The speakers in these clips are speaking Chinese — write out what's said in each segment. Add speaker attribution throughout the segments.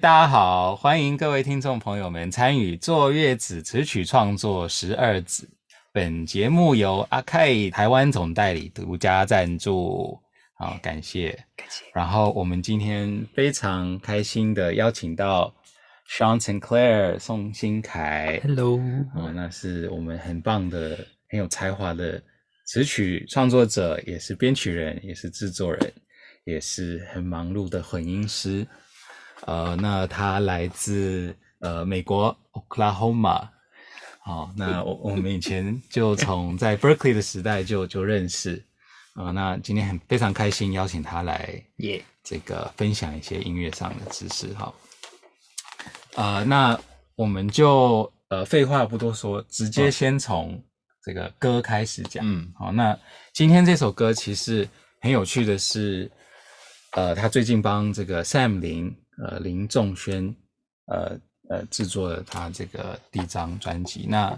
Speaker 1: 大家好，欢迎各位听众朋友们参与坐月子词曲创作十二子。本节目由阿凯台湾总代理独家赞助，好感谢。
Speaker 2: 感谢。
Speaker 1: 然后我们今天非常开心的邀请到 Sean Sinclair 宋新凯，
Speaker 2: Hello，
Speaker 1: 哦，那是我们很棒的、很有才华的词曲创作者，也是编曲人，也是制作人，也是很忙碌的混音师。呃，那他来自呃美国 Oklahoma。好、那我 我们以前就从在 Berkeley 的时代就就认识。呃，那今天很非常开心邀请他来
Speaker 2: 耶、
Speaker 1: 这个分享一些音乐上的知识哈。呃，那我们就呃废话不多说，直接先从这个歌开始讲。
Speaker 3: 嗯，
Speaker 1: 好，那今天这首歌其实很有趣的是，呃，他最近帮这个 Sam 林呃林仲轩呃呃制作了他这个第一张专辑。那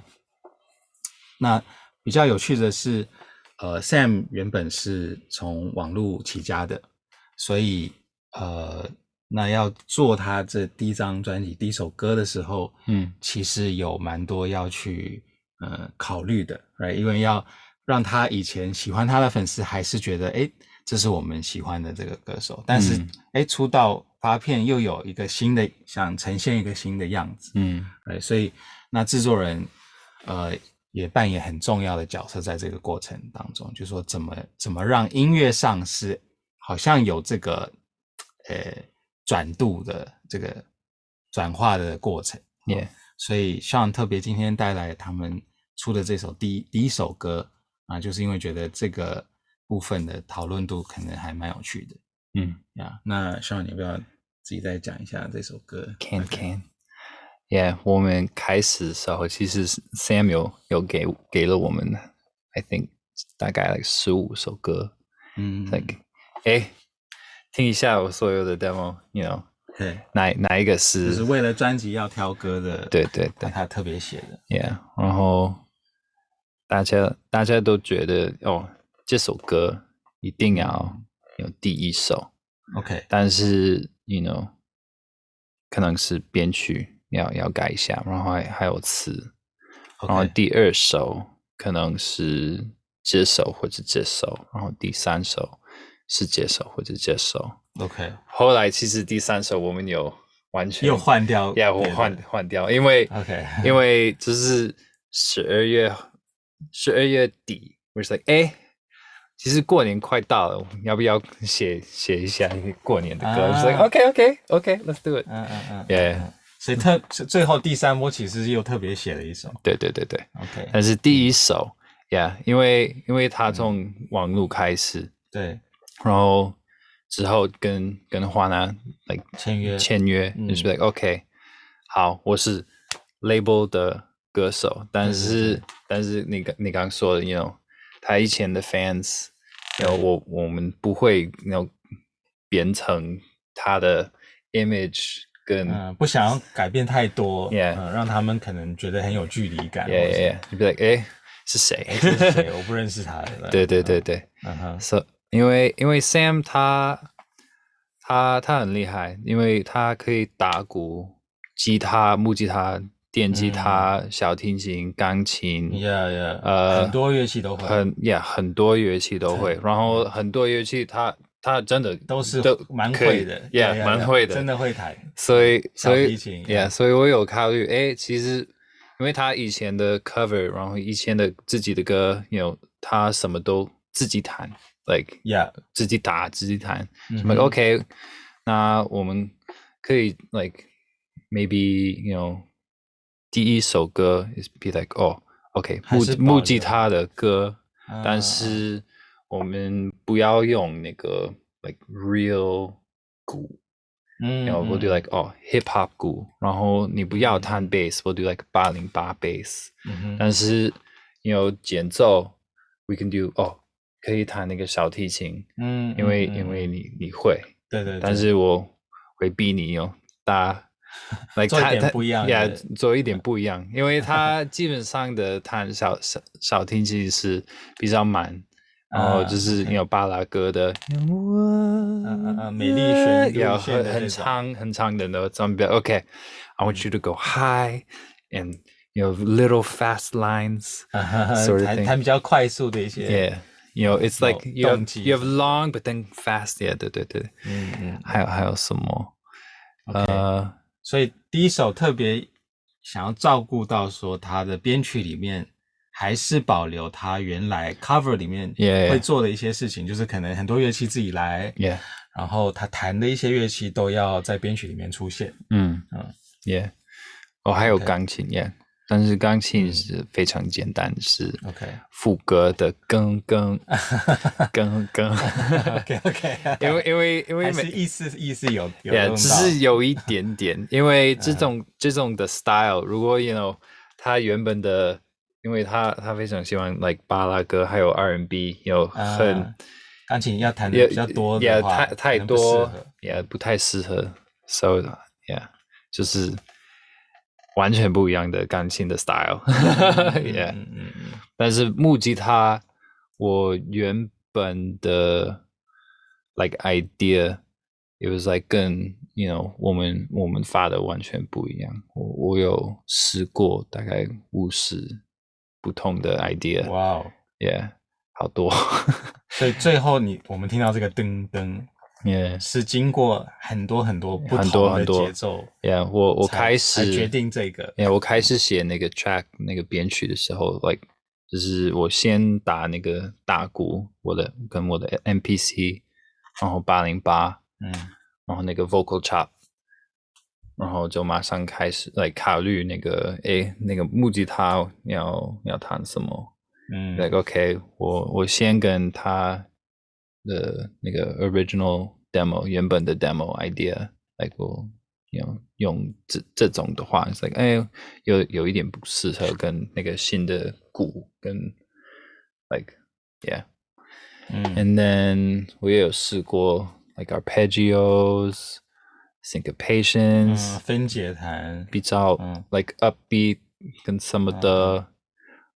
Speaker 1: 那比较有趣的是，呃，Sam 原本是从网络起家的，所以呃，那要做他这第一张专辑第一首歌的时候，
Speaker 3: 嗯，
Speaker 1: 其实有蛮多要去呃考虑的，right？因为要让他以前喜欢他的粉丝还是觉得，诶，这是我们喜欢的这个歌手，但是
Speaker 3: 嗯
Speaker 1: 诶，出道发片又有一个新的，想呈现一个新的样子，
Speaker 3: 嗯
Speaker 1: 哎，所以那制作人呃也扮演很重要的角色在这个过程当中，就说怎么怎么让音乐上是好像有这个呃转度的这个转化的过程。哦
Speaker 3: Yeah
Speaker 1: 所以 Sean 特别今天带来他们出的这首第一第一首歌啊，就是因为觉得这个部分的讨论度可能还蛮有趣的
Speaker 3: 嗯
Speaker 1: 呀。那 Sean 你要不要自己再讲一下这首歌
Speaker 3: ，Can Can，Yeah，我们开始的时候，其实 Sam 有有给给了我们，I think 大概 like 十五首歌
Speaker 1: 嗯，
Speaker 3: ，like，哎，听一下我所有的 demo，you know，
Speaker 1: 对。
Speaker 3: 哪哪一个
Speaker 1: 就是
Speaker 3: 是？
Speaker 1: 为了专辑要挑歌的，
Speaker 3: 对对
Speaker 1: 他
Speaker 3: 对
Speaker 1: 他特别写的，
Speaker 3: ，Yeah，然后大家大家都觉得哦，这首歌一定要有第一首。
Speaker 1: OK，
Speaker 3: 但是，you know，可能是编曲要要改一下，然后还还有词然后
Speaker 1: OK
Speaker 3: 第二首可能是这首或者这首，然后第三首是这首或者这首。
Speaker 1: OK，
Speaker 3: 后来其实第三首我们有完全
Speaker 1: 又换掉，
Speaker 3: 呀，我
Speaker 1: 别的
Speaker 3: 换换掉，因为
Speaker 1: OK，
Speaker 3: 因为就是十二月十二月底，我是 like 哎，其实过年快到了，我们要不要写写一下过年的歌？我是 like
Speaker 1: 啊
Speaker 3: OK OK OK，Let's do it。
Speaker 1: 嗯嗯嗯，
Speaker 3: Yeah，
Speaker 1: 所以特最后第三波其实又特别写了一首
Speaker 3: 对对对对，
Speaker 1: OK，
Speaker 3: 但是第一首，Yeah，因为因为
Speaker 1: 嗯
Speaker 3: 他从网络开始，
Speaker 1: 对，
Speaker 3: 然后之后跟跟华南 like
Speaker 1: 签约
Speaker 3: 签约，
Speaker 1: 嗯
Speaker 3: 就是 like OK，好，我是 label 的歌手，但是但是你刚你刚说的，you know，他以前的 fans，然后我我们不会要变成他的 image 跟、
Speaker 1: 嗯，不想要改变太多，
Speaker 3: Yeah
Speaker 1: 嗯让他们可能觉得很有距离感，
Speaker 3: yeah
Speaker 1: 或者是
Speaker 3: yeah，你 be like 哎是谁？
Speaker 1: 诶这是谁？我不认识他的，
Speaker 3: 对对对对。
Speaker 1: 嗯哼，
Speaker 3: So，因为因为 Sam 他他他很厉害，因为他可以打鼓、吉他、木吉他、电吉他、
Speaker 1: 嗯
Speaker 3: 小提琴、钢琴
Speaker 1: Yeah，yeah，
Speaker 3: 嗯呃，
Speaker 1: 很多乐器都会嗯
Speaker 3: 很也、很多乐器都会。然后很多乐器他他真的
Speaker 1: 都是蛮
Speaker 3: 可以
Speaker 1: 会的
Speaker 3: ，Yeah，
Speaker 1: yeah，yeah，
Speaker 3: 蛮会的，
Speaker 1: 真的会弹
Speaker 3: 所以所
Speaker 1: 小
Speaker 3: 以
Speaker 1: 提琴
Speaker 3: y e a
Speaker 1: yeah
Speaker 3: h 所以我有考虑，哎，其实因为他以前的 cover，然后以前的自己的歌，有他什么都自己弹，like。
Speaker 1: ，Yeah，
Speaker 3: 自己打自己弹，
Speaker 1: 嗯
Speaker 3: 什么、
Speaker 1: 哼
Speaker 3: OK，那我们可以 like maybe you know 第一首歌 is be like 哦 OK
Speaker 1: 还
Speaker 3: 木
Speaker 1: 是保
Speaker 3: 木
Speaker 1: 留
Speaker 3: 吉他的歌，
Speaker 1: 啊
Speaker 3: 但是我们不要用那个 like real 鼓，
Speaker 1: 嗯，
Speaker 3: 然后我
Speaker 1: 嗯
Speaker 3: do like 哦 hip hop 鼓，然后你不要弹 bass，我 do like 八零八 bass，
Speaker 1: 嗯哼
Speaker 3: 但是有节奏，we can do 哦可以弹那个小提琴。
Speaker 1: 嗯，
Speaker 3: 因为
Speaker 1: 嗯
Speaker 3: 因
Speaker 1: 嗯
Speaker 3: 为你你会，
Speaker 1: 对对，
Speaker 3: 但
Speaker 1: 对
Speaker 3: 是我会逼你哦，打来
Speaker 1: 做一
Speaker 3: 他
Speaker 1: 点
Speaker 3: 他
Speaker 1: 不一样
Speaker 3: 呀
Speaker 1: 的，
Speaker 3: 做一点不一样， 因为他基本上的弹小小小提琴是比较慢，然后
Speaker 1: 啊
Speaker 3: 就是有巴拉 歌的，
Speaker 1: 嗯嗯美丽旋律
Speaker 3: 要
Speaker 1: 线的那
Speaker 3: 很很
Speaker 1: 种
Speaker 3: 长很长的 notes on b e Okay, I want you to
Speaker 1: 嗯
Speaker 3: go high and you know little fast lines. ，sort of
Speaker 1: 弹
Speaker 3: thing
Speaker 1: 弹比较快速的一些
Speaker 3: Yeah, you know it's like
Speaker 1: No,
Speaker 3: you have
Speaker 1: 动机。
Speaker 3: you have long but then fast. Yeah，对对对。
Speaker 1: 嗯嗯
Speaker 3: 还有还有什么？
Speaker 1: ，OK
Speaker 3: 呃，
Speaker 1: 所以第一首特别想要照顾到说它的编曲里面还是保留它原来 cover 里面
Speaker 3: Yeah,
Speaker 1: 会
Speaker 3: yeah.
Speaker 1: 做的一些事情就是可能很多乐器自己来，
Speaker 3: yeah，
Speaker 1: 然后他弹的一些乐器都要在编曲里面出 现。
Speaker 3: 嗯
Speaker 1: 嗯
Speaker 3: ，Yeah，哦，还有
Speaker 1: OK
Speaker 3: 钢琴，Yeah，但是钢琴是非常简单，是
Speaker 1: OK
Speaker 3: 副歌的更更 更更，
Speaker 1: OK OK，
Speaker 3: 因为因为因为
Speaker 1: 还是
Speaker 3: 每
Speaker 1: 意思意思有有用
Speaker 3: Yeah，
Speaker 1: 到嗯
Speaker 3: 只是有一点点，因为这种这种的 style，如果 you know 他原本的，因为他他非常喜欢 like 巴拉歌还有 R&B，有
Speaker 1: 啊
Speaker 3: 很。
Speaker 1: 钢琴要弹的
Speaker 3: 也
Speaker 1: 比较多
Speaker 3: 也
Speaker 1: 的话，
Speaker 3: 太太
Speaker 1: 可能不适
Speaker 3: 多
Speaker 1: 合
Speaker 3: 也不太适合，so yeah，就是完全不一样的钢琴的 style，yeah，、
Speaker 1: 嗯嗯嗯
Speaker 3: 但是木吉他我原本的 like idea，it was like 跟 you know 我们我们发的完全不一样，我我有试过大概五十不同的
Speaker 1: 嗯哇
Speaker 3: idea，yeah，
Speaker 1: 哦！
Speaker 3: 好多
Speaker 1: 所以最后你我们听到这个噔噔，
Speaker 3: ，yeah。
Speaker 1: 是经过很多很多不
Speaker 3: 很多
Speaker 1: 同的
Speaker 3: 很多
Speaker 1: 节奏，
Speaker 3: Yeah，我我
Speaker 1: 才
Speaker 3: 开
Speaker 1: 才
Speaker 3: 始
Speaker 1: 决定这个
Speaker 3: Yeah，我开始写那个 track 那个编曲的时候，like 就是我先打那个大鼓，我的跟我的 MPC，然后八零八，
Speaker 1: 嗯
Speaker 3: 然后那个 vocal chop，然后就马上开始来考虑那个诶那个木吉他要要弹什么。
Speaker 1: 嗯
Speaker 3: like OK，我我先跟他的那个 original demo 原本的 demo idea，like 我用用这这种的话，it's like 哎有有一点不适合跟那个新的鼓跟 like
Speaker 1: 嗯
Speaker 3: yeah，and then 我也有试过 like arpeggios syncopations，、
Speaker 1: 嗯分解弹，
Speaker 3: 比较
Speaker 1: 嗯
Speaker 3: like upbeat 跟什么的，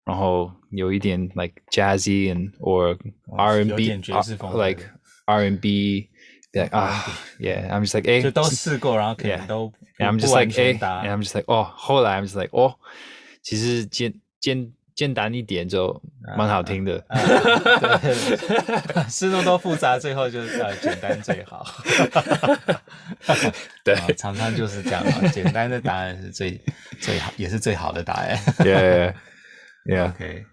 Speaker 3: 然后 Oh, 有一点 like jazzy and or
Speaker 1: 哦
Speaker 3: R
Speaker 1: 有
Speaker 3: n B uh, 啊
Speaker 1: 点爵士风格的
Speaker 3: like R n B like 啊 yeah I'm just like 哎
Speaker 1: 就都试过，然后可
Speaker 3: Yeah
Speaker 1: 能都
Speaker 3: and I'm
Speaker 1: 不
Speaker 3: just
Speaker 1: 完
Speaker 3: like 哎
Speaker 1: 全搭
Speaker 3: and I'm just like 哦后来 I'm just like 哦其实简简简单一点就蛮好听的，
Speaker 1: 啊
Speaker 3: 哎
Speaker 1: 对思路都复杂，最后就是呃简单最好。
Speaker 3: 对
Speaker 1: 啊常常就是这样啊，简单的答案是最最好，也是最好的答案。
Speaker 3: yeah yeah
Speaker 1: OK，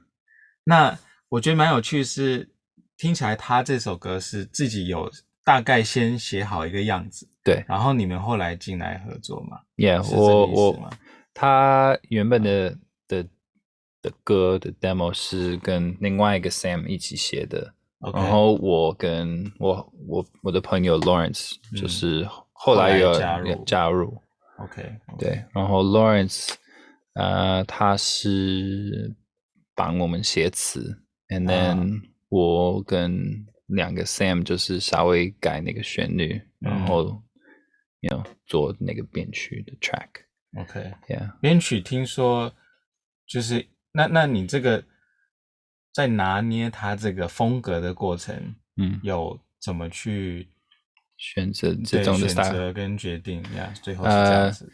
Speaker 1: 那我觉得蛮有趣是，听起来他这首歌是自己有大概先写好一个样子，
Speaker 3: 对
Speaker 1: 然后你们后来进来合作嘛，
Speaker 3: yeah
Speaker 1: 是这
Speaker 3: 我
Speaker 1: 个意思
Speaker 3: 我
Speaker 1: 吗？
Speaker 3: 他原本的的的歌的 demo 是跟另外一个 Sam 一起写的
Speaker 1: OK
Speaker 3: 然后我跟我我我的朋友 Lawrence
Speaker 1: 嗯
Speaker 3: 就是后来
Speaker 1: 后
Speaker 3: 有
Speaker 1: 来加入
Speaker 3: 加入
Speaker 1: OK，
Speaker 3: 对，然后 Lawrence 呃他是帮我们写词，and
Speaker 1: 啊
Speaker 3: then 我跟两个 Sam 就是稍微改那个旋律，然
Speaker 1: 嗯
Speaker 3: 后 you know 做那个编曲的 track，yeah。
Speaker 1: OK，编曲听说就是那那你这个在拿捏它这个风格的过程，
Speaker 3: 嗯，
Speaker 1: 有怎么去
Speaker 3: 选择这
Speaker 1: 对
Speaker 3: 种的
Speaker 1: 选
Speaker 3: style。
Speaker 1: 择跟决定呀？最后是这样
Speaker 3: 呃
Speaker 1: 子，，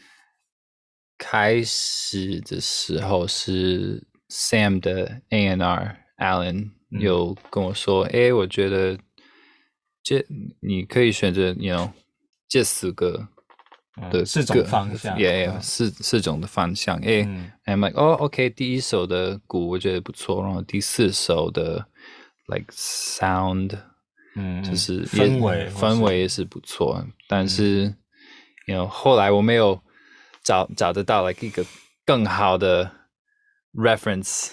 Speaker 3: 开始的时候是 Sam 的 A N R Alan
Speaker 1: 嗯
Speaker 3: 有跟我说，哎、我觉得这你可以选择，you know，这四个
Speaker 1: 嗯
Speaker 3: 的
Speaker 1: 四种
Speaker 3: 个
Speaker 1: 方向
Speaker 3: ，yeah，yeah，
Speaker 1: 嗯
Speaker 3: 四四种的方向，哎、
Speaker 1: 嗯
Speaker 3: I'm like，哦、o k 第一首的鼓我觉得不错，然后第四首的 like sound，
Speaker 1: 嗯，
Speaker 3: 就是也
Speaker 1: 氛围或
Speaker 3: 氛
Speaker 1: 是嗯
Speaker 3: 围也是不错，但是，you know，后来我没有找找得到 like 一个更好的 reference，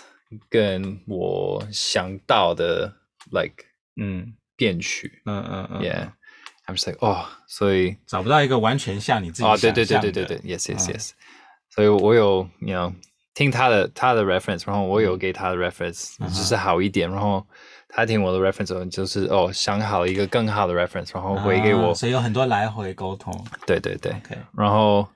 Speaker 3: 跟我想到的 like
Speaker 1: 嗯
Speaker 3: 编曲
Speaker 1: 嗯嗯嗯，
Speaker 3: ，yeah，I'm just like 哦，所以
Speaker 1: 找不到一个完全像你自己
Speaker 3: 哦，对对对
Speaker 1: 想
Speaker 3: 对
Speaker 1: 象
Speaker 3: 对
Speaker 1: 的
Speaker 3: 对，yes yes
Speaker 1: 嗯
Speaker 3: yes，所以我有 you know 听他的他的 reference，然后我有给他的 reference，
Speaker 1: 嗯嗯哼
Speaker 3: 就是好一点，然后他听我的 reference，我就是哦想好一个更好的 reference，然后回给
Speaker 1: 啊
Speaker 3: 我，
Speaker 1: 所以有很多来回沟通。
Speaker 3: 对对对，
Speaker 1: OK，
Speaker 3: 然后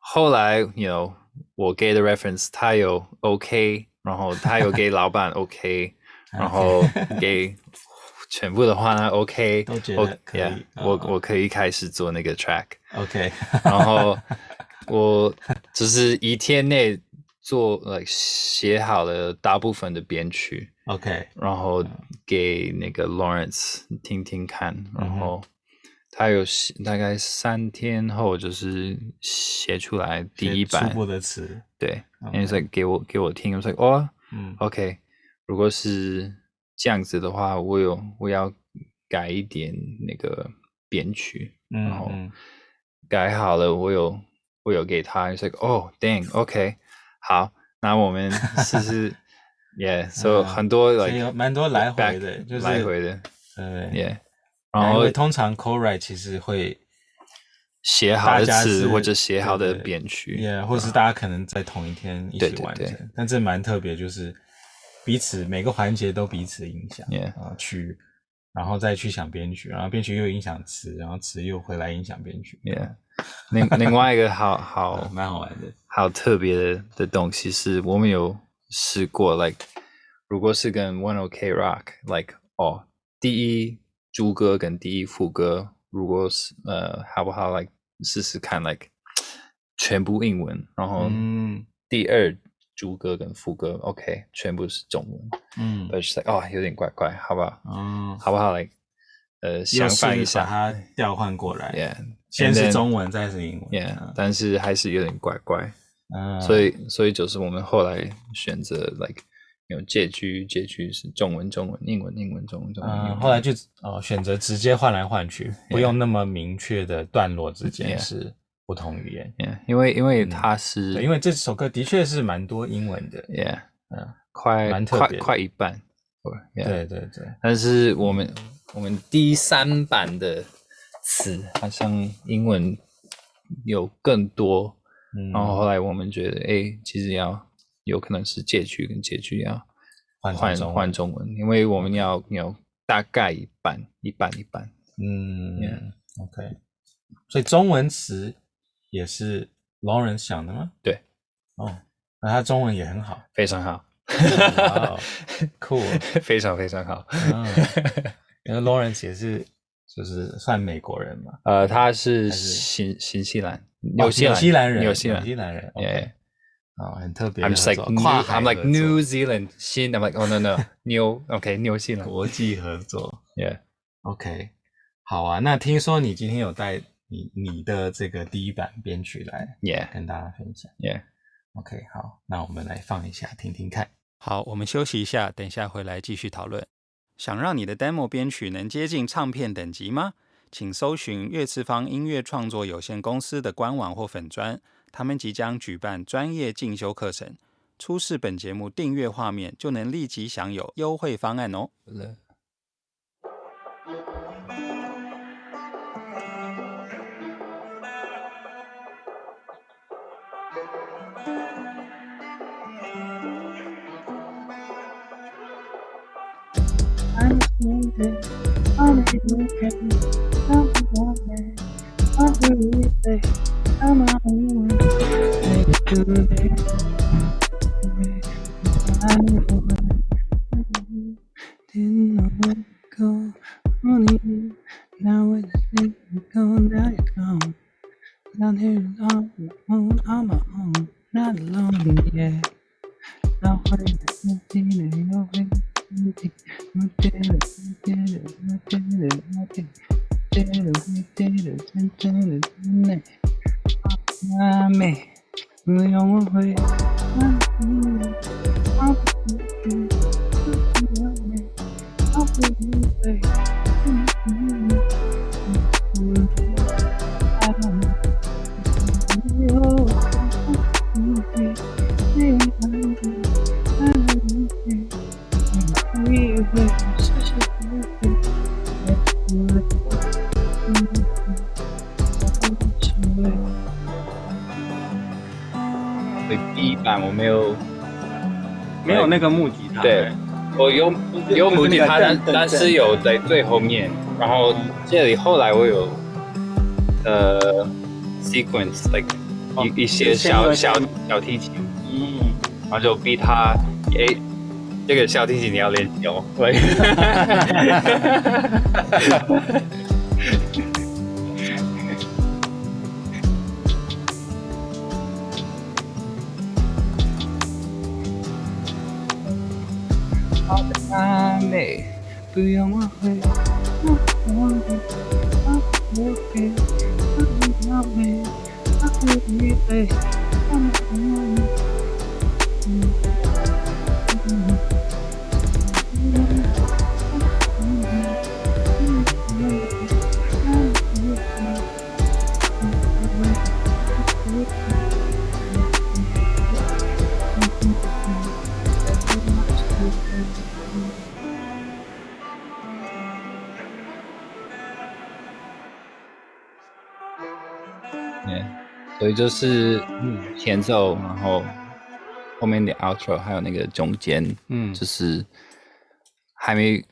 Speaker 3: 后来 you know 我给的 reference 他有 OK，然后他有给老板 OK，然后给全部的话呢，OK，
Speaker 1: 都觉得可以
Speaker 3: yeah，
Speaker 1: 嗯
Speaker 3: 我
Speaker 1: 嗯
Speaker 3: 我可以开始做那个 track，
Speaker 1: OK，
Speaker 3: 然后我就是一天内做呃写好了大部分的编曲，
Speaker 1: OK，
Speaker 3: 然后给那个 Lawrence 听听看，
Speaker 1: 嗯
Speaker 3: 然
Speaker 1: 哼
Speaker 3: 后他有写大概三天后就是写出来第一
Speaker 1: 这初
Speaker 3: 版，
Speaker 1: 步的词，
Speaker 3: 对，
Speaker 1: OK
Speaker 3: 因为在给我给我听，我说哦
Speaker 1: 嗯
Speaker 3: ，OK，如果是这样子的话，我有我要改一点那个编曲，
Speaker 1: 嗯
Speaker 3: 然后
Speaker 1: 嗯
Speaker 3: 改好了，我有我有给他，就是哦，dang，OK，好，那我们试 试，yeah，so
Speaker 1: 嗯
Speaker 3: 很多
Speaker 1: 所
Speaker 3: like
Speaker 1: 以有蛮多来回
Speaker 3: back-
Speaker 1: 的，就是
Speaker 3: 来回的
Speaker 1: 对
Speaker 3: ，yeah，
Speaker 1: 然
Speaker 3: 然后
Speaker 1: 后通常 co write 其实会
Speaker 3: 写好
Speaker 1: 大
Speaker 3: 的
Speaker 1: 家
Speaker 3: 词
Speaker 1: 是
Speaker 3: 或者写好的
Speaker 1: 对对
Speaker 3: 编曲，
Speaker 1: 也，或是大家可能在同一天一
Speaker 3: 啊对
Speaker 1: 起
Speaker 3: 对
Speaker 1: 完
Speaker 3: 对
Speaker 1: 成，但这蛮特别，就是彼此每个环节都彼此影响
Speaker 3: Yeah
Speaker 1: 啊，去然后再去想编曲，然后编曲又影响词，然后词又回来影响编曲，
Speaker 3: yeah，另另外一个好
Speaker 1: 啊
Speaker 3: 好
Speaker 1: 蛮好玩的。
Speaker 3: 好特别的的东西是我们有试过，like 如果是跟 One OK Rock，like 哦，第一主歌跟第一副歌，如果是呃好不好，like 试试看，like 全部英文，然后
Speaker 1: 嗯
Speaker 3: 第二主歌跟副歌 OK 全部是中文，
Speaker 1: 嗯
Speaker 3: 但是 like 哦有点怪怪，好吧，
Speaker 1: 哦，
Speaker 3: 好不好？like 呃
Speaker 1: 又
Speaker 3: 想
Speaker 1: 是
Speaker 3: 翻一
Speaker 1: 把
Speaker 3: 下
Speaker 1: 它调换过来
Speaker 3: ，yeah，
Speaker 1: 先
Speaker 3: and
Speaker 1: 是
Speaker 3: then-
Speaker 1: 中文，再是英文。
Speaker 3: ，yeah，但是还是有点怪怪。
Speaker 1: 嗯，
Speaker 3: 所
Speaker 1: 以
Speaker 3: 以所以就是我们后来选择 like 有借居借居是中文中文英文英文中文中文，英
Speaker 1: 嗯，
Speaker 3: 文
Speaker 1: 后来就呃选择直接换来换去，不用那么明确的段落之间
Speaker 3: Yeah
Speaker 1: 是不同语言。
Speaker 3: yeah, 因为因为
Speaker 1: 嗯
Speaker 3: 它是、
Speaker 1: 对，因为这首歌的确是蛮多英文的。
Speaker 3: yeah
Speaker 1: 嗯
Speaker 3: 快
Speaker 1: 蛮特
Speaker 3: 快
Speaker 1: 别的
Speaker 3: 快一半，or- yeah,
Speaker 1: 对对对，
Speaker 3: 但是我们我们第三版的词好像英文有更多，
Speaker 1: 嗯，
Speaker 3: 然后后来我们觉得诶，其实要有可能是借居跟借居要。
Speaker 1: 换
Speaker 3: 换
Speaker 1: 换中文
Speaker 3: 换中文，因为我们要要大概一半一半一半。
Speaker 1: 嗯
Speaker 3: Yeah
Speaker 1: ，OK，所以中文词也是 Lawrence 想的吗？
Speaker 3: 对，
Speaker 1: 哦，那他中文也很 好，
Speaker 3: 非常好，
Speaker 1: 哇哦酷哦。
Speaker 3: 非常非常好。
Speaker 1: 嗯， 因为 Lawrence 也是就是算美国人嘛，
Speaker 3: 呃，他是
Speaker 1: 还是
Speaker 3: 新新西兰，
Speaker 1: 哦
Speaker 3: 纽西兰，
Speaker 1: 纽西兰人，
Speaker 3: 纽西兰。
Speaker 1: 西兰人
Speaker 3: Yeah，
Speaker 1: ，OK，哦，很特别的
Speaker 3: I'm
Speaker 1: 合
Speaker 3: just
Speaker 1: 作。
Speaker 3: like new,
Speaker 1: 跨海
Speaker 3: I'm
Speaker 1: 合
Speaker 3: like
Speaker 1: 作
Speaker 3: New Zealand. 新，I'm like oh no no new. OK，纽西兰。
Speaker 1: 国际合作
Speaker 3: Yeah，
Speaker 1: ，OK，好啊。那听说你今天有带你你的这个第一版编曲来
Speaker 3: yeah,
Speaker 1: 跟大家分享。
Speaker 3: yeah.
Speaker 1: OK，好，那我们来放一下听听看。好，我们休息一下，等一下回来继续讨论。
Speaker 2: 想让你的 demo 编曲能接近唱片等级吗？请搜寻乐次方音乐创作有限公司的官网或粉专，他们即将举办专业进修课程。出示本节目订阅画面，就能立即享有优惠方案哦。
Speaker 4: I'm hungry, I'm looking, I'm hungry, I'm hungry, I'm hungry. I do this, I'm hungry. Didn't know where to go, only now it's been gone, now it's gone. Down here on my own, on my own, not alone, yeah. Now I'm nothing, and you're nothing. We did it, we did it, we did it, we did it, we did it, we did it, we did it. Mommy, we don't worry. I'm hungry, I'm hungry, I'm hungry, I'm hungry, I'm hungry. I'm hungry, I'm hungry, I'm hungry, I'm hungry. We were such a perfect couple.
Speaker 3: 所以第一版我没有
Speaker 5: 没有那个木吉他。
Speaker 3: 对，我有有母吉他，但但是有在最后面。然后这里后来我有呃 sequence like
Speaker 5: 哦
Speaker 3: 一一些
Speaker 5: 先
Speaker 3: 小
Speaker 5: 会
Speaker 3: 小
Speaker 5: 先
Speaker 3: 小提琴。
Speaker 5: 嗯，
Speaker 3: 然后就逼他，诶，这个小提琴你要练习哦。 喂，
Speaker 4: 好的阿妹，不用挽回，不用挽回，他不会给，他不要美，他不会累，他不要美。嗯嗯
Speaker 3: 所以就是前奏，然后后面的 outro，还有那个中间，
Speaker 6: 嗯
Speaker 3: 就是还没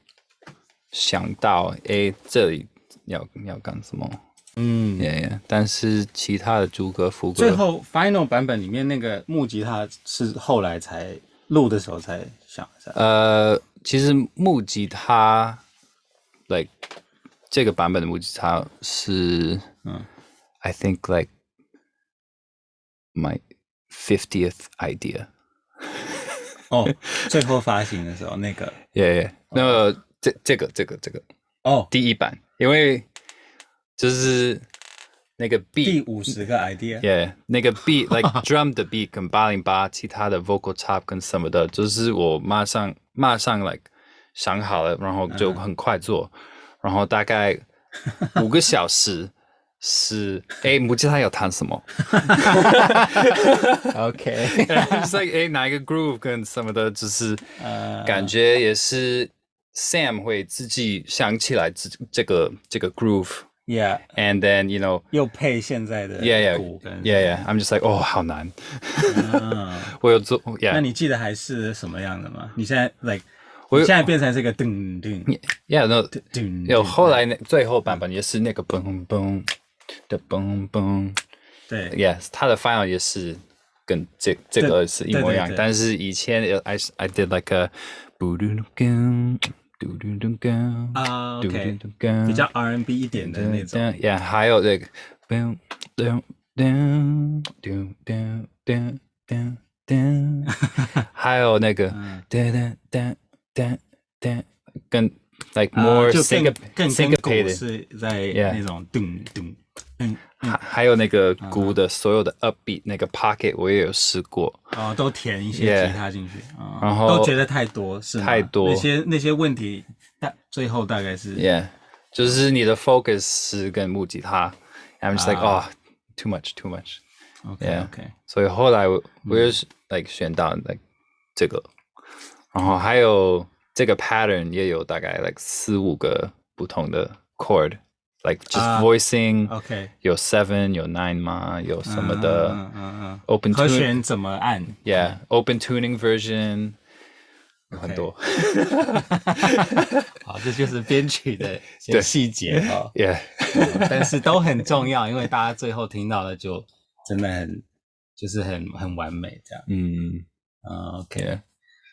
Speaker 3: 想到，哎，这里要要干什么？
Speaker 6: 嗯，
Speaker 3: 耶、yeah, 但是其他的诸葛副歌，
Speaker 6: 最后 final 版本里面那个木吉他是后来才录的时候才想一下，
Speaker 3: 呃，其实木吉他，like 这个版本的木吉他是，
Speaker 6: 嗯
Speaker 3: ，I think like my fiftieth idea。
Speaker 6: 哦， 最后发行的时候那个，
Speaker 3: 耶、yeah,，那么这这个这个这个
Speaker 6: 哦，
Speaker 3: 第一版，因为就是那个 B
Speaker 6: 第五十个 idea，
Speaker 3: Yeah，那个 beat like drum 的 beat 跟八零八其他的 vocal chop 跟什么的，就是我马上马上 like 想好了，然后就很快做，然后大概五个小时是哎，母鸡它要弹什么
Speaker 6: OK，
Speaker 3: ？It's like 哎哪一个 groove 跟什么的，就是
Speaker 6: 呃
Speaker 3: 感觉也是 Sam 会自己想起来这这个这个 groove，and
Speaker 6: ，Yeah，
Speaker 3: then you know。
Speaker 6: 又配现在的
Speaker 3: Yeah,
Speaker 6: 鼓跟
Speaker 3: yeah, yeah, yeah. I'm just like, 哦，好难。
Speaker 6: 嗯，
Speaker 3: 我有做，Yeah.
Speaker 6: 那你记得还是什么样的吗？你现在 like，
Speaker 3: 我
Speaker 6: 我
Speaker 3: 有
Speaker 6: 现在变成这个噔噔
Speaker 3: Yeah, no.
Speaker 6: 噔噔，
Speaker 3: 有
Speaker 6: 噔
Speaker 3: 后来那最后版本也是那个嘣嘣的嘣嘣
Speaker 6: 对
Speaker 3: ，Yes，它的 final 也是跟这这个是一模一样
Speaker 6: 对对对，
Speaker 3: 但是以前呃 I I did like a 嘟嘟嘟嘟嘟嘟嘟嘟
Speaker 6: 啊
Speaker 3: 嘟
Speaker 6: ，OK，
Speaker 3: 嘟嘟
Speaker 6: 比较 R&B 一点的那种，
Speaker 3: ，Yeah，还有这个嘣噔噔噔噔噔噔噔，还有那个
Speaker 6: 嗯
Speaker 3: 噔噔噔噔噔，跟 like
Speaker 6: 啊
Speaker 3: more
Speaker 6: Uh, 就更
Speaker 3: syncopa-
Speaker 6: 更跟鼓
Speaker 3: syncopated。
Speaker 6: 是在
Speaker 3: Yeah
Speaker 6: 那种噔噔噔，
Speaker 3: 还还有那个鼓的所有的 upbeat 那个 pocket 我也有试过，
Speaker 6: 哦，都填一些
Speaker 3: Yeah
Speaker 6: 吉他进去啊，
Speaker 3: 然后
Speaker 6: 都觉得太多是吗
Speaker 3: 太多
Speaker 6: 那些那些问题，大最后大概是
Speaker 3: yeah，就是你的 focus 是跟木吉他，I'm just like
Speaker 6: 啊
Speaker 3: 哦 too much too much，
Speaker 6: OK
Speaker 3: Yeah
Speaker 6: OK，
Speaker 3: 所以后来我我也是 like 选到 like 这个，然后还有这个 pattern 也有大概 like 四五个不同的 chord，like
Speaker 6: 啊
Speaker 3: just voicing，
Speaker 6: OK
Speaker 3: 有 seven 有 nine 嘛，有什么
Speaker 6: 嗯嗯
Speaker 3: 的
Speaker 6: 嗯嗯
Speaker 3: open
Speaker 6: 和
Speaker 3: tune
Speaker 6: 弦怎么按？
Speaker 3: yeah open tuning version 有很多。
Speaker 2: 好，这就是编曲的
Speaker 3: 对
Speaker 2: 小细节啊，
Speaker 3: Yeah，
Speaker 2: 但是都很重要，因为大家最后听到了就真的很就是很很完美这样。
Speaker 3: 嗯
Speaker 2: 嗯，OK，
Speaker 3: ，Yeah，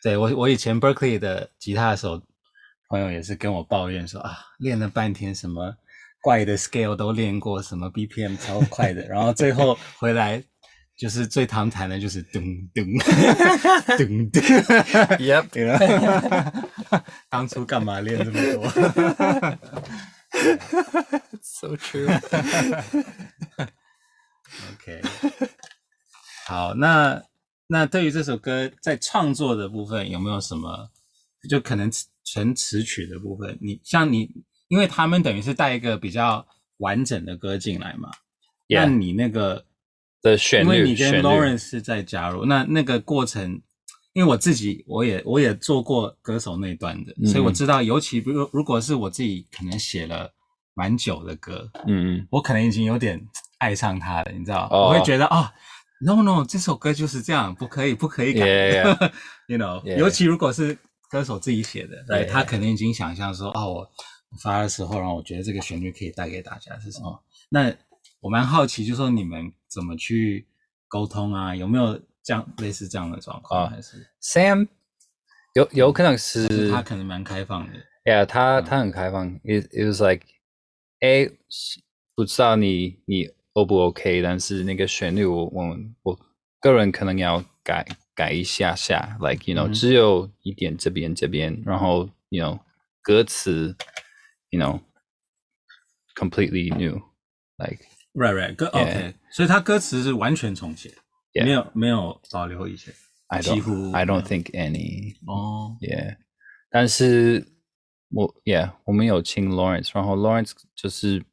Speaker 2: 对我我以前 Berkeley 的吉他手朋友也是跟我抱怨说啊，练了半天什么怪的 scale 都练过，什么 BPM 超快的，然后最后回来就是最常弹的就是咚咚 咚咚
Speaker 3: Yep，
Speaker 2: 你呢？ 当初干嘛练这么多？
Speaker 3: So true.
Speaker 2: OK，好，那那对于这首歌在创作的部分有没有什么，就可能词纯词曲的部分，你像你，因为他们等于是带一个比较完整的歌进来嘛
Speaker 3: Yeah
Speaker 2: 那你那个
Speaker 3: 的旋
Speaker 2: 因为
Speaker 3: 律，
Speaker 2: 你
Speaker 3: 旋
Speaker 2: 跟
Speaker 3: 律
Speaker 2: Lawrence 是在加入，那那个过程，因为我自己我也我也做过歌手那一段的，
Speaker 3: 嗯
Speaker 2: 所以我知道，尤其如如果是我自己可能写了蛮久的歌，
Speaker 3: 嗯嗯，
Speaker 2: 我可能已经有点爱上他了，你知道
Speaker 3: 哦
Speaker 2: 我会觉得啊、n o no，这首歌就是这样，不可以，不可以改
Speaker 3: Yeah, yeah, yeah.
Speaker 2: y o u know，
Speaker 3: Yeah.
Speaker 2: 尤其如果是歌手自己写的
Speaker 3: Yeah,
Speaker 2: 对
Speaker 3: yeah.
Speaker 2: 他可能已经想象说，哦，我发的时候，然后我觉得这个旋律可以带给大家是什么？
Speaker 3: 哦
Speaker 2: 那我蛮好奇，就说你们怎么去沟通啊？有没有这样类似这样的状况？
Speaker 3: 啊
Speaker 2: 还是
Speaker 3: Sam 有有可能是
Speaker 2: 他可能蛮开放的。
Speaker 3: Yeah，他他很开放。It it was like，哎，不知道你你 O 不 OK，但是那个旋律我我我个人可能要改改一下下，like you know，、
Speaker 7: 嗯
Speaker 3: 只有一点这边这边，然后 you know 歌词，you know completely new，like
Speaker 2: Right, right. 歌 OK，所以他歌词是完全重写，
Speaker 3: Yeah.
Speaker 2: 没有没有保留以前。
Speaker 3: I
Speaker 2: 几乎
Speaker 3: don't I don't think any
Speaker 2: 哦
Speaker 3: yeah，但是我 yeah 我们有请 Lawrence，然后 Lawrence 就是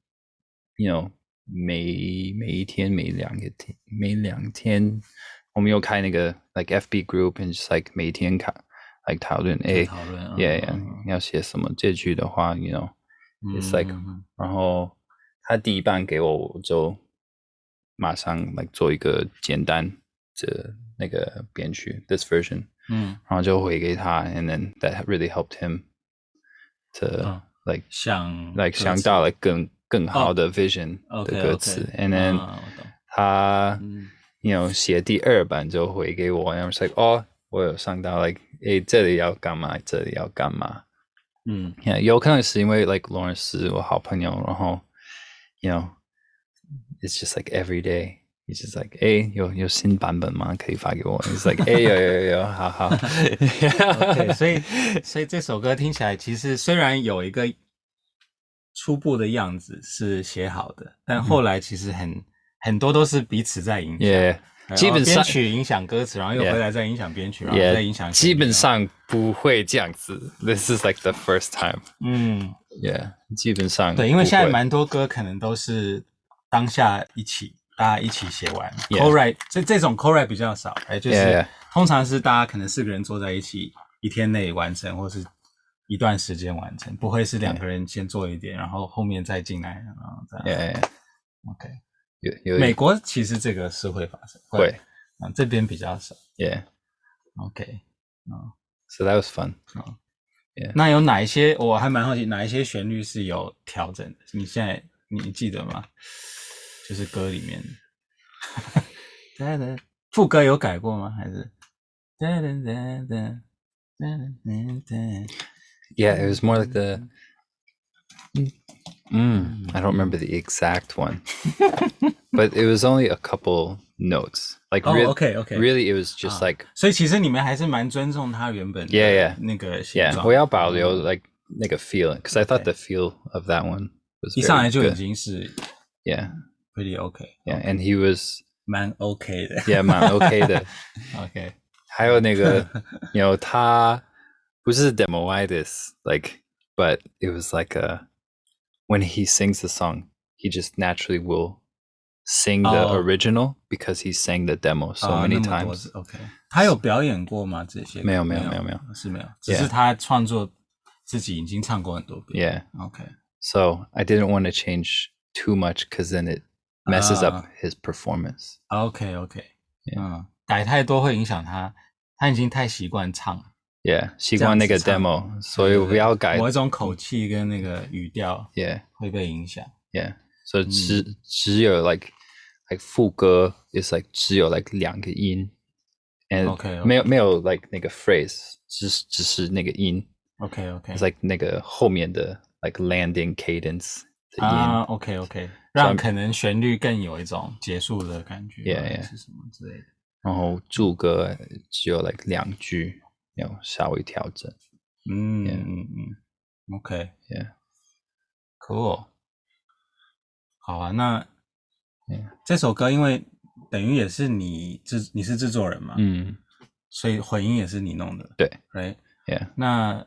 Speaker 3: ，you know 每每一天每两个天每两天，我们有开那个 like FB group and just like 每天看 like 讨论哎
Speaker 2: 讨论嗯
Speaker 3: yeah
Speaker 2: 嗯嗯
Speaker 3: yeah 要写什么这句的话，you know it's like
Speaker 2: 嗯嗯
Speaker 3: 然后他第一版给我，我就马上 like 做一个简单的那个编曲 this version，
Speaker 2: 嗯，
Speaker 3: 然后就回给他，and then that really helped him to、
Speaker 2: 嗯
Speaker 3: like
Speaker 2: 想
Speaker 3: like 想到了更更好的 vision 的
Speaker 2: OK
Speaker 3: 歌词、a n d then、
Speaker 2: 啊我懂
Speaker 3: 他
Speaker 2: 嗯
Speaker 3: you know 写第二版就回给我，and I was like 哦，我有想到 like 诶这里要干嘛，这里要干嘛。
Speaker 2: 嗯
Speaker 3: Yeah，有可能是因为 like Lawrence 是我好朋友，然后 you know it's just like every day。It's just like，哎、有有新版本吗？可以发给我。It's like，哎、有有有有，好 好。
Speaker 2: OK，所以所以这首歌听起来其实虽然有一个初步的样子是写好的，但后来其实很很多都是彼此在影响。
Speaker 3: 嗯 Yeah，
Speaker 2: 然后
Speaker 3: 基本上
Speaker 2: 编曲影响歌词，然后又
Speaker 3: Yeah
Speaker 2: 回来再影响编曲，然后再影响
Speaker 3: Yeah，基本
Speaker 2: 旋律，
Speaker 3: 上不会这样子。This is like the first time。
Speaker 2: 然后嗯，
Speaker 3: Yeah，基本上
Speaker 2: 对，因为现在
Speaker 3: 不会
Speaker 2: 蛮多歌可能都是当下一起大家一起写完
Speaker 3: Yeah
Speaker 2: co write，这这种 co write 比较少，哎，就是
Speaker 3: Yeah, yeah.
Speaker 2: 通常是大家可能四个人坐在一起，一天内完成，或是一段时间完成，不会是两个人先做一点，然后后面再进来，然后再
Speaker 3: Yeah, yeah, yeah.
Speaker 2: OK。
Speaker 3: 有有
Speaker 2: 美国其实这个是会发生，
Speaker 3: 会
Speaker 2: 啊，这边比较少。
Speaker 3: Yeah.
Speaker 2: OK，
Speaker 3: So that was fun.
Speaker 2: 那有哪一些我还蛮好奇，哪一些旋律是有调整的？你现在你记得吗？就是歌里面， 哒哒副歌有改过吗？还是哒哒哒哒哒哒哒
Speaker 3: Yeah, it was more like the. Mm, I don't remember the exact one, but it was only a couple notes. Like
Speaker 2: 哦
Speaker 3: really,
Speaker 2: ，OK，OK
Speaker 3: really, it was just
Speaker 2: Oh, Ah.
Speaker 3: like
Speaker 2: 所以其实你们还是蛮尊重他原本的
Speaker 3: Yeah, yeah.
Speaker 2: 那个形
Speaker 3: yeah,
Speaker 2: 状。
Speaker 3: we all like like a feel because I thought
Speaker 2: Okay.
Speaker 3: the feel of that one was
Speaker 2: 一上
Speaker 3: very
Speaker 2: 来就已
Speaker 3: good.
Speaker 2: 经是
Speaker 3: Yeah,
Speaker 2: pretty OK，
Speaker 3: yeah, and he was
Speaker 2: 蛮 OK 的。 啊
Speaker 3: yeah, man, okay. The,
Speaker 2: OK，
Speaker 3: 还有那个，you know, 他不是 demoitis, like, but it was like a when he sings the song, he just naturally will sing the
Speaker 2: Oh. Ah,
Speaker 3: original because he sang the demo so
Speaker 2: 啊
Speaker 3: many
Speaker 2: 那么多
Speaker 3: times.
Speaker 2: 次 OK，他有表演过吗？这些
Speaker 3: 没有没有没有没，
Speaker 2: 是没有，只是他创作自己已经唱过很多遍。
Speaker 3: Yeah,
Speaker 2: OK，
Speaker 3: so I didn't want to change too much because then it messes up
Speaker 2: Ah.
Speaker 3: his performance.
Speaker 2: OK OK，
Speaker 3: Yeah.
Speaker 2: 嗯，改太多会影响他，他已经太习惯唱了，
Speaker 3: Yeah, 习惯那个
Speaker 2: 这样子唱。
Speaker 3: demo,
Speaker 2: 某一
Speaker 3: 所以我要改。
Speaker 2: 种口气跟那个语调
Speaker 3: Yeah,
Speaker 2: 会被影响。
Speaker 3: yeah. So 只、只有 like like 副歌 is like 只有 like 两个音，and
Speaker 2: OK，OK。
Speaker 3: 没有没有 like 那个 phrase，只只是那个音，it's
Speaker 2: OK OK，
Speaker 3: like 那个后面的 like landing cadence 的音。
Speaker 2: 啊，OK OK，让可能旋律更有一种结束的感觉
Speaker 3: Yeah,
Speaker 2: 或者
Speaker 3: yeah.
Speaker 2: 是什么之类的。
Speaker 3: 然后主歌只有 like 两句，要稍微调整。
Speaker 2: 嗯
Speaker 3: Yeah.
Speaker 2: 嗯嗯，OK，Yeah，Cool，、
Speaker 3: Yeah.
Speaker 2: Cool 好啊，那
Speaker 3: Yeah.
Speaker 2: 这首歌因为等于也是你制，你是制作人嘛，所以混音也是你弄的，
Speaker 3: 对
Speaker 2: ，Right，
Speaker 3: Yeah.
Speaker 2: 那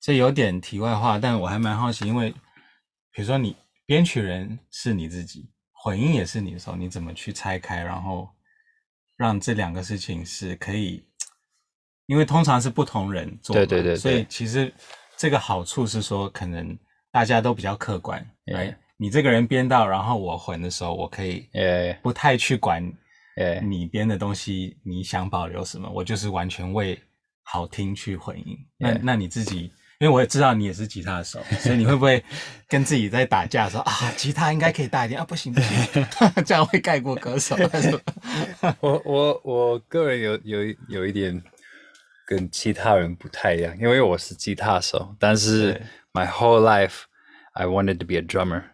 Speaker 2: 这有点题外话，但我还蛮好奇，因为比如说你编曲人是你自己，混音也是你的时候，你怎么去拆开，然后让这两个事情是可以，因为通常是不同人做嘛，
Speaker 3: 对对对对
Speaker 2: 所以其实这个好处是说，可能大家都比较客观
Speaker 3: Yeah.
Speaker 2: 来，你这个人编到，然后我混的时候，我可以
Speaker 3: Yeah.
Speaker 2: 不太去管
Speaker 3: Yeah.
Speaker 2: 你编的东西你想保留什么，我就是完全为好听去混音。那
Speaker 3: Yeah.
Speaker 2: 那你自己，因为我也知道你也是吉他 手，所以你会不会跟自己在打架说啊，吉他应该可以大一点啊，不行不行， 这样会盖过 歌手。
Speaker 3: 我我我个人有有一有一点跟其他人不太一样，因为我是吉他手，但是
Speaker 8: 对
Speaker 3: my whole life I wanted to be a drummer，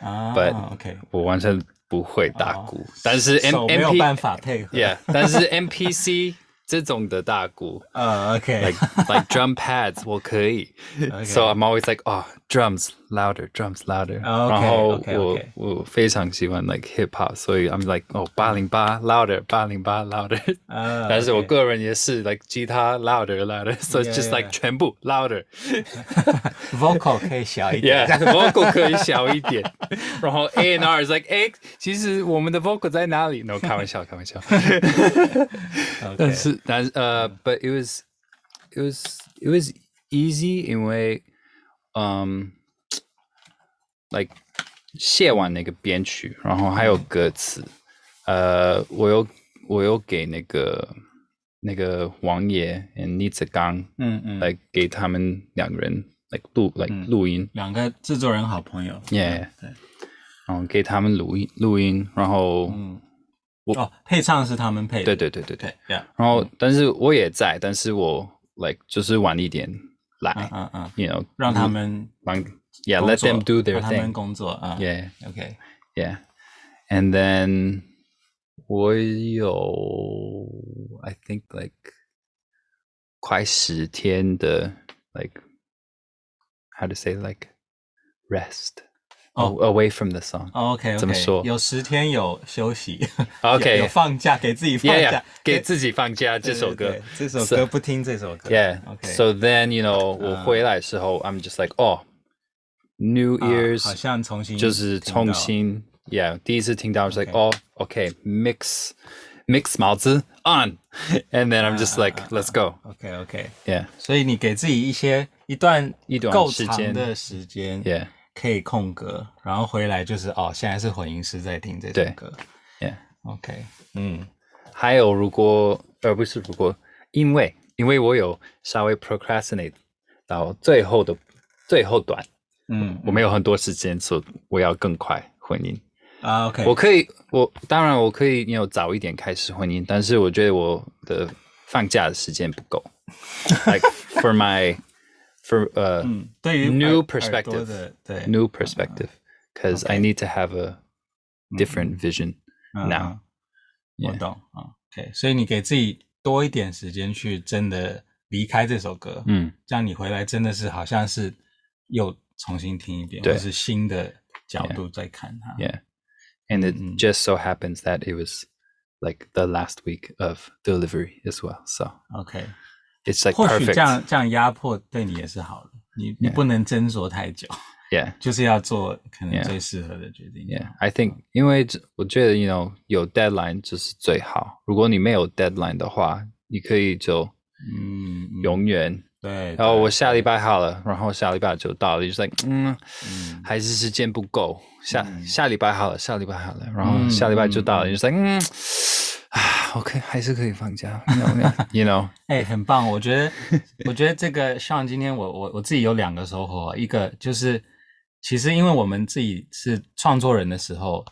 Speaker 2: 啊
Speaker 3: But-
Speaker 2: OK，
Speaker 3: 我完全不会打
Speaker 2: 哦
Speaker 3: 鼓，但是 M
Speaker 2: 手没有
Speaker 3: MP
Speaker 2: 办法配合。
Speaker 3: Yeah，但是 MPC 这种的大 鼓
Speaker 2: 呃，OK，
Speaker 3: ，like like drum pads，我可以。
Speaker 2: Okay.
Speaker 3: So I'm always like, oh, drums louder, drums louder.
Speaker 2: 哦，OK，
Speaker 3: 然后
Speaker 2: OK，
Speaker 3: 我
Speaker 2: OK
Speaker 3: 我非常喜欢 like hip hop，所以 I'm like 哦八零八 louder，八零八 louder。
Speaker 2: 呃，
Speaker 3: 但是我
Speaker 2: OK
Speaker 3: 个人也是 like 吉他 louder louder，so it's
Speaker 2: Yeah,
Speaker 3: just like
Speaker 2: yeah.
Speaker 3: 全部 louder。
Speaker 2: vocal 可以小 一点。
Speaker 3: Yeah，vocal 可以小一 点，然后 A and R is like，哎，其实我们的 vocal 在哪里？No，开玩笑，开玩 笑。但是，但是，呃，but it was it was it was easy，因为，嗯、like 写完那个编曲，然后还有歌词，呃，我有我有给那个那个王爷 and 倪子刚
Speaker 2: 嗯嗯，
Speaker 3: 来给他们两个人来录来
Speaker 2: 嗯
Speaker 3: 录音。
Speaker 2: 两个制作人好朋友。
Speaker 3: Yeah，
Speaker 2: 对。
Speaker 3: 然后给他们录音录音，然后、
Speaker 2: 嗯，哦，配唱是他们配
Speaker 3: 对
Speaker 2: 的。
Speaker 3: 对对对对，
Speaker 2: 对，Yeah，嗯
Speaker 3: 然后但是我也在，但是我 like 就是晚一点来、
Speaker 2: 嗯嗯嗯，
Speaker 3: y o u know，
Speaker 2: 让他们
Speaker 3: 让
Speaker 2: 工
Speaker 3: yeah，let
Speaker 2: 作
Speaker 3: them do
Speaker 2: 让
Speaker 3: their
Speaker 2: 他们
Speaker 3: thing，yeah
Speaker 2: 工作啊。OK，
Speaker 3: yeah，and then 我有 I think like 快十天的 like how to say like rest、
Speaker 2: 哦
Speaker 3: away from the song，
Speaker 2: OK，
Speaker 3: 怎么说
Speaker 2: 哦有十天有休息
Speaker 3: OK
Speaker 2: 有有放假，给自己放
Speaker 3: yeah, yeah
Speaker 2: 假，
Speaker 3: Oh, 给
Speaker 2: 己
Speaker 3: 自己放假这首歌。
Speaker 2: 这首
Speaker 3: So-
Speaker 2: 歌不听这首歌。
Speaker 3: Yeah.
Speaker 2: OK
Speaker 3: So then, you know, 我
Speaker 2: 啊
Speaker 3: 回来的时候，I'm just like, oh, New
Speaker 2: 啊
Speaker 3: Year's，
Speaker 2: 好像重新
Speaker 3: 就是
Speaker 2: 听到
Speaker 3: 重新，Yeah，第一次听到，I was like,
Speaker 2: OK
Speaker 3: oh, okay, mix, mix 毛子 on, and then I'm just
Speaker 2: 啊
Speaker 3: like, let's go.
Speaker 2: OK OK，
Speaker 3: Yeah,
Speaker 2: 所以你给自己一些一段
Speaker 3: 一段
Speaker 2: 够
Speaker 3: 时
Speaker 2: 长
Speaker 3: 间
Speaker 2: 的时间
Speaker 3: yeah,
Speaker 2: 可以空格，然后回来就是哦，现在是混音师在听这首
Speaker 3: 对
Speaker 2: 歌。
Speaker 3: yeah.
Speaker 2: OK，嗯，
Speaker 3: 还有，如果呃不是如果，因为因为我有稍微 procrastinate 到最后的最后段，
Speaker 2: 嗯
Speaker 3: 我没有很多时间，所以我要更快混音。
Speaker 2: 啊，OK，
Speaker 3: 我可以，我当然我可以，你有早一点开始婚姻，但是我觉得我的放假的时间不 够，like for my for 呃、
Speaker 2: 嗯，对于
Speaker 3: new
Speaker 2: 耳耳朵
Speaker 3: perspective
Speaker 2: 的对
Speaker 3: new perspective，cause I need to have a different vision
Speaker 2: 嗯
Speaker 3: now
Speaker 2: 嗯我
Speaker 3: Yeah
Speaker 2: 懂啊，OK，所以你给自己多一点时间去真的离开这首歌，
Speaker 3: 嗯。
Speaker 2: 这样你回来真的是好像是又重新听一遍，
Speaker 3: 对
Speaker 2: 或是新的角度在看它。
Speaker 3: Yeah. And it
Speaker 2: Mm-mm.
Speaker 3: just so happens that it was like the last week of delivery as well. So
Speaker 2: OK，
Speaker 3: it's like
Speaker 2: 或许
Speaker 3: perfect.
Speaker 2: 这样这样压迫对你也是好的，你你
Speaker 3: Yeah
Speaker 2: 不能斟酌太久，
Speaker 3: Yeah.
Speaker 2: 就是要做可能
Speaker 3: Yeah
Speaker 2: 最适合的决定。
Speaker 3: Yeah, I think，因为这我觉得，you know，有 deadline 就是最好。如果你没有 deadline 的话，你可以就
Speaker 2: 嗯，嗯
Speaker 3: 永远，
Speaker 2: 对。
Speaker 3: 然后
Speaker 2: 对
Speaker 3: 我下礼拜好了，然后下礼拜就到了，就是 like，嗯，
Speaker 2: 嗯
Speaker 3: 还是时间不够，下、
Speaker 2: 嗯
Speaker 3: 下礼拜好了，下礼拜好了，然后
Speaker 2: 嗯
Speaker 3: 下礼拜就到了，
Speaker 2: 嗯嗯
Speaker 3: 就是 like，嗯，啊，OK，还是可以放假 ，you know，you know，
Speaker 2: 哎、很棒！我觉得，我觉得这个像今天我我我自己有两个收获，啊一个就是其实因为我们自己是创作人的时候，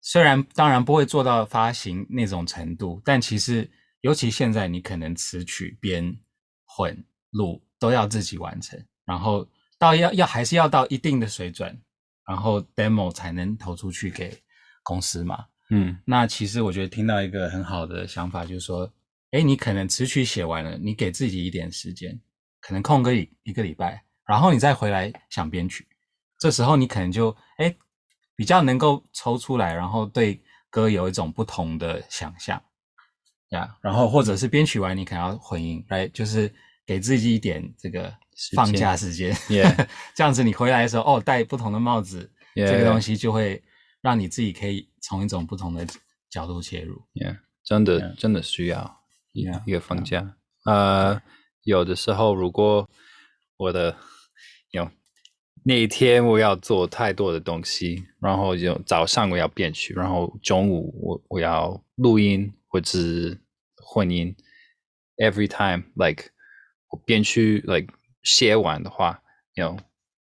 Speaker 2: 虽然当然不会做到发行那种程度，但其实尤其现在你可能词曲编混录都要自己完成，然后到要要还是要到一定的水准，然后 demo 才能投出去给公司嘛。
Speaker 3: 嗯
Speaker 2: 那其实我觉得听到一个很好的想法，就是说，哎，你可能词曲写完了，你给自己一点时间，可能空个一一个礼拜，然后你再回来想编曲，这时候你可能就哎比较能够抽出来，然后对歌有一种不同的想象呀。然后或者是编曲完，你可能要混音，来就是给自己一点这个
Speaker 3: 时间
Speaker 2: 放假时间
Speaker 3: Yeah
Speaker 2: 这样子你回来的时候，哦，戴不同的帽子。
Speaker 3: ，yeah,
Speaker 2: 嗯这个东
Speaker 3: 西
Speaker 2: 西就会让你自己可以从一种不同的角度切入。
Speaker 3: ，yeah，真的
Speaker 2: Yeah
Speaker 3: 真的嗯需要嗯一
Speaker 2: Yeah，
Speaker 3: 一个放假呃，有的时候如果我的有那一天我要做太多的东西，然后就早上我要编曲，然后中午我我要录音或者是混音，every time like 我编曲 like 写完的话，有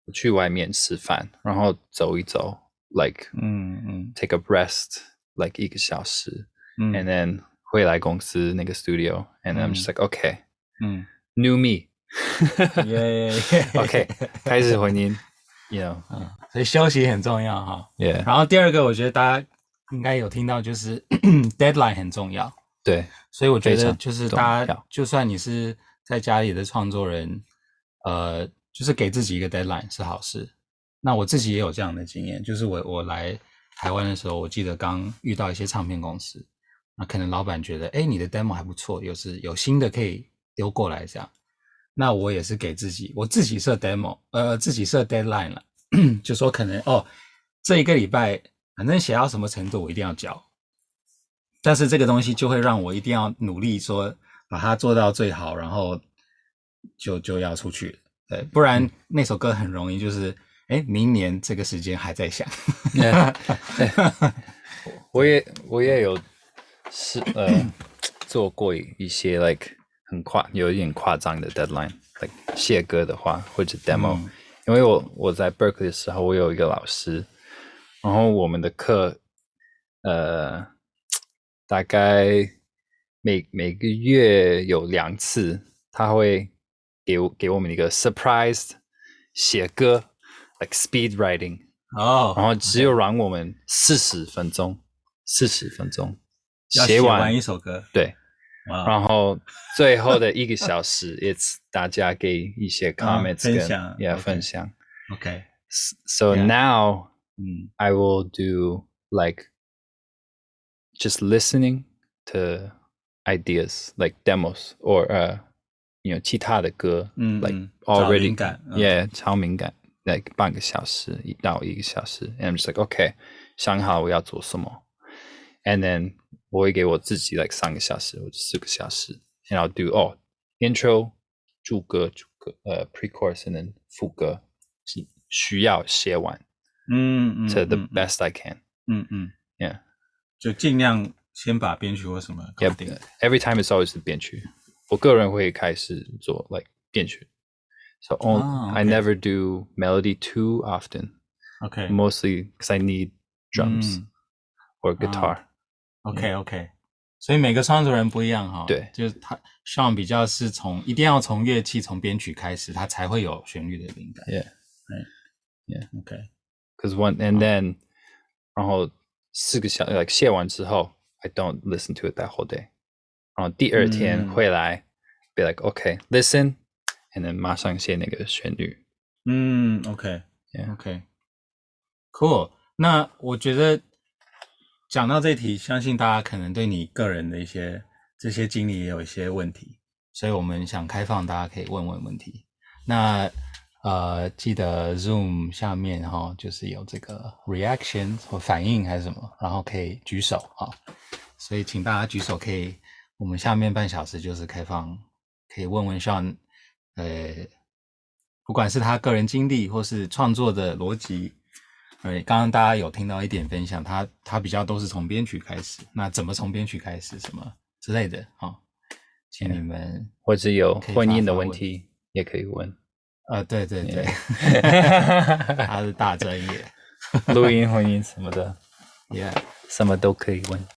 Speaker 3: 我去外面吃饭，然后走一走，like
Speaker 2: 嗯嗯
Speaker 3: take a rest like 一个小时，
Speaker 2: 嗯 Mm.
Speaker 3: and then 回来公司那个 studio，and then I'm just like okay。
Speaker 2: 嗯
Speaker 3: New me，
Speaker 2: 耶
Speaker 3: OK，开始混音，You
Speaker 2: 所以休息很重要哈。
Speaker 3: know，Yeah，
Speaker 2: 然后第二个，我觉得大家应该有听到，就是 deadline 很重要。
Speaker 3: 对，
Speaker 2: 所以我觉
Speaker 3: 非
Speaker 2: 得
Speaker 3: 常
Speaker 2: 就是
Speaker 3: 重
Speaker 2: 大家
Speaker 3: 要，
Speaker 2: 就算你是在家里的创作人，呃，就是给自己一个 deadline 是好事。那我自己也有这样的经验，就是我我来台湾的时候，我记得刚遇到一些唱片公司，那可能老板觉得，哎，你的 demo 还不错，有是有新的可以丢过来这样。那我也是给自己，我自己设 demo，呃，自己设 deadline 了， 就说可能哦，这一个礼拜反正写到什么程度，我一定要交。但是这个东西就会让我一定要努力说把它做到最好，然后就就要出去了，对，不
Speaker 3: 嗯
Speaker 2: 然那首歌很容易就是，哎，明年这个时间还在想，
Speaker 3: 我也我也有是呃 uh, 做过一些 like 很夸有一点夸张的 deadline，like 写歌的话或者 demo，、因为我我在 Berkeley 的时候，我有一个老师，然后我们的课呃大概每每个月有两次，他会给我给我们一个 surprise 写歌，like speed writing。
Speaker 2: 哦，
Speaker 3: 然后只有让我们四十分钟，四十分钟
Speaker 2: 要
Speaker 3: 写
Speaker 2: 完
Speaker 3: 完
Speaker 2: 一首歌，
Speaker 3: 对，
Speaker 2: 哇，哦
Speaker 3: 然后最后的一个小时 ，it's 大家给一些 comments
Speaker 2: 啊分
Speaker 3: 跟
Speaker 2: 享
Speaker 3: yeah
Speaker 2: OK
Speaker 3: 分享。
Speaker 2: ，OK，
Speaker 3: S- So
Speaker 2: Yeah. Mm.
Speaker 3: now
Speaker 2: 嗯
Speaker 3: I will do like just listening to ideas like demos or uh you know 其他的歌，
Speaker 2: 嗯
Speaker 3: like
Speaker 2: 嗯 Mm, 找
Speaker 3: already
Speaker 2: 灵感嗯
Speaker 3: yeah 超敏感，like 半个小时一到一个小时，and I'm just like okay 想好我要做什么，and then 我会给我自己 like 三个小时或者四个小时，and I'll do 哦 intro 主歌主歌呃 pre chorus and then 副歌是需要写完
Speaker 2: 嗯嗯
Speaker 3: to the
Speaker 2: 嗯
Speaker 3: best I can
Speaker 2: 嗯嗯
Speaker 3: yeah
Speaker 2: 就尽量先把编曲或什么搞
Speaker 3: yeah
Speaker 2: 定
Speaker 3: every time it's always the 编曲，我个人会开始做 like 编曲。So on,
Speaker 2: Ah,
Speaker 3: I
Speaker 2: okay.
Speaker 3: never do melody too often.
Speaker 2: ，OK
Speaker 3: 嗯 mostly because I need drums
Speaker 2: Mm.
Speaker 3: or guitar.
Speaker 2: OK OK，所以每个创作人不一样哈，
Speaker 3: 对
Speaker 2: 就是他 Sean 比较是从一定要从乐器从编曲开始，他才会有旋律的灵感
Speaker 3: Yeah.
Speaker 2: ，OK，
Speaker 3: Because one
Speaker 2: Oh.
Speaker 3: and then, 然后四个小 like 写完之后，I don't listen to it that whole day. 然后第二天
Speaker 2: 嗯。
Speaker 3: 回来、be like okay listen and then 马上写那个旋律。
Speaker 2: 嗯，OK，OK，、
Speaker 3: Yeah.
Speaker 2: cool。那我觉得讲到这题，相信大家可能对你个人的一些这些经历也有一些问题，所以我们想开放大家可以问问问题。那呃，记得 Zoom 下面哈、就是有这个 reaction 或反应还是什么，然后可以举手啊、所以请大家举手，可以。我们下面半小时就是开放，可以问问 Sean，呃，不管是他个人经历或是创作的逻辑，呃，刚刚大家有听到一点分享，他他比较都是从编曲开始，那怎么从编曲开始，什么之类的，好、请你们，可以发发
Speaker 3: 或者有婚姻的问题也可以问。
Speaker 2: 呃，对对对， 他是大专业
Speaker 3: 录音、婚姻什么的，
Speaker 2: ，Yeah。
Speaker 3: 什么都可以问。